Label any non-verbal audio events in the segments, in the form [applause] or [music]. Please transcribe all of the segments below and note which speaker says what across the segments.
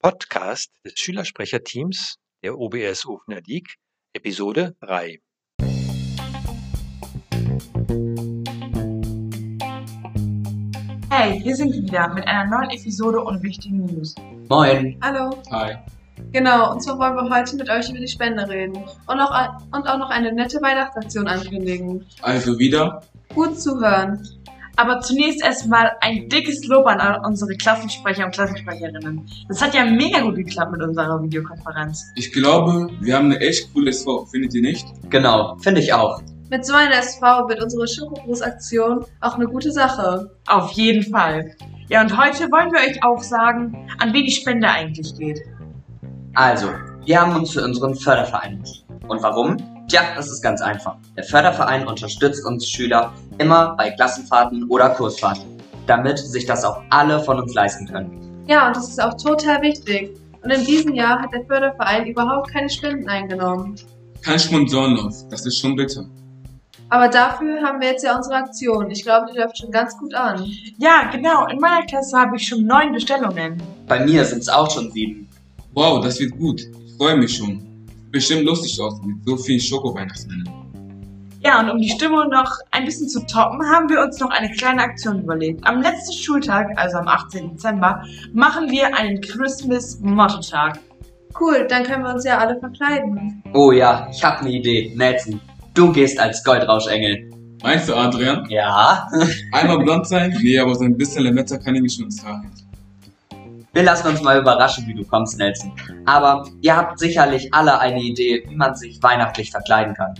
Speaker 1: Podcast des Schülersprecherteams der OBS Ofener Lieg, Episode 3.
Speaker 2: Hey, hier sind wir wieder mit einer neuen Episode und wichtigen News.
Speaker 3: Moin.
Speaker 4: Hallo.
Speaker 3: Hi.
Speaker 4: Genau, und zwar wollen wir heute mit euch über die Spende reden und auch, ein- und auch noch eine nette Weihnachtsaktion ankündigen.
Speaker 3: Also wieder.
Speaker 4: Gut zuhören.
Speaker 2: Aber zunächst erstmal ein dickes Lob an all unsere Klassensprecher und Klassensprecherinnen. Das hat ja mega gut geklappt mit unserer Videokonferenz.
Speaker 3: Ich glaube, wir haben eine echt coole SV, findet ihr nicht?
Speaker 5: Genau, finde ich auch.
Speaker 4: Mit so einer SV wird unsere Schokobus-Aktion auch eine gute Sache.
Speaker 2: Auf jeden Fall. Ja, und heute wollen wir euch auch sagen, an wen die Spende eigentlich geht.
Speaker 5: Also, wir haben uns für unseren Förderverein entschieden. Und warum? Tja, das ist ganz einfach. Der Förderverein unterstützt uns Schüler immer bei Klassenfahrten oder Kursfahrten, damit sich das auch alle von uns leisten können.
Speaker 4: Ja, und das ist auch total wichtig. Und in diesem Jahr hat der Förderverein überhaupt keine Spenden eingenommen.
Speaker 3: Kein Schmunzornlauf, das ist schon bitter.
Speaker 4: Aber dafür haben wir jetzt ja unsere Aktion. Ich glaube, die läuft schon ganz gut an.
Speaker 2: Ja, genau, in meiner Klasse habe ich schon neun Bestellungen.
Speaker 5: Bei mir sind es auch schon sieben.
Speaker 3: Wow, das wird gut. Ich freue mich schon. Bestimmt lustig aus mit so vielen Schoko-Weihnachtsmännern.
Speaker 2: Ja, und um die Stimmung noch ein bisschen zu toppen, haben wir uns noch eine kleine Aktion überlegt. Am letzten Schultag, also am 18. Dezember, machen wir einen Christmas-Motto-Tag.
Speaker 4: Cool, dann können wir uns ja alle verkleiden.
Speaker 5: Oh ja, ich habe eine Idee. Nelson, du gehst als Goldrauschengel.
Speaker 3: Meinst du, Adrian?
Speaker 5: Ja? [laughs]
Speaker 3: Einmal blond sein? Nee, aber so ein bisschen Lametta kann ich nicht ins Haar hängen.
Speaker 5: Wir lassen uns mal überraschen, wie du kommst, Nelson. Aber ihr habt sicherlich alle eine Idee, wie man sich weihnachtlich verkleiden kann.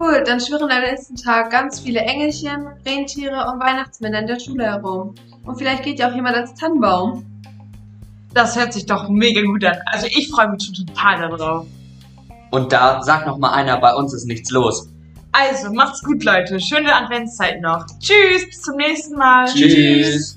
Speaker 4: Cool, dann schwirren am letzten Tag ganz viele Engelchen, Rentiere und Weihnachtsmänner in der Schule herum. Und vielleicht geht ja auch jemand als Tannenbaum.
Speaker 2: Das hört sich doch mega gut an. Also ich freue mich schon total darauf.
Speaker 5: Und da sagt noch mal einer, bei uns ist nichts los.
Speaker 2: Also, macht's gut, Leute. Schöne Adventszeit noch. Tschüss, bis zum nächsten Mal.
Speaker 3: Tschüss.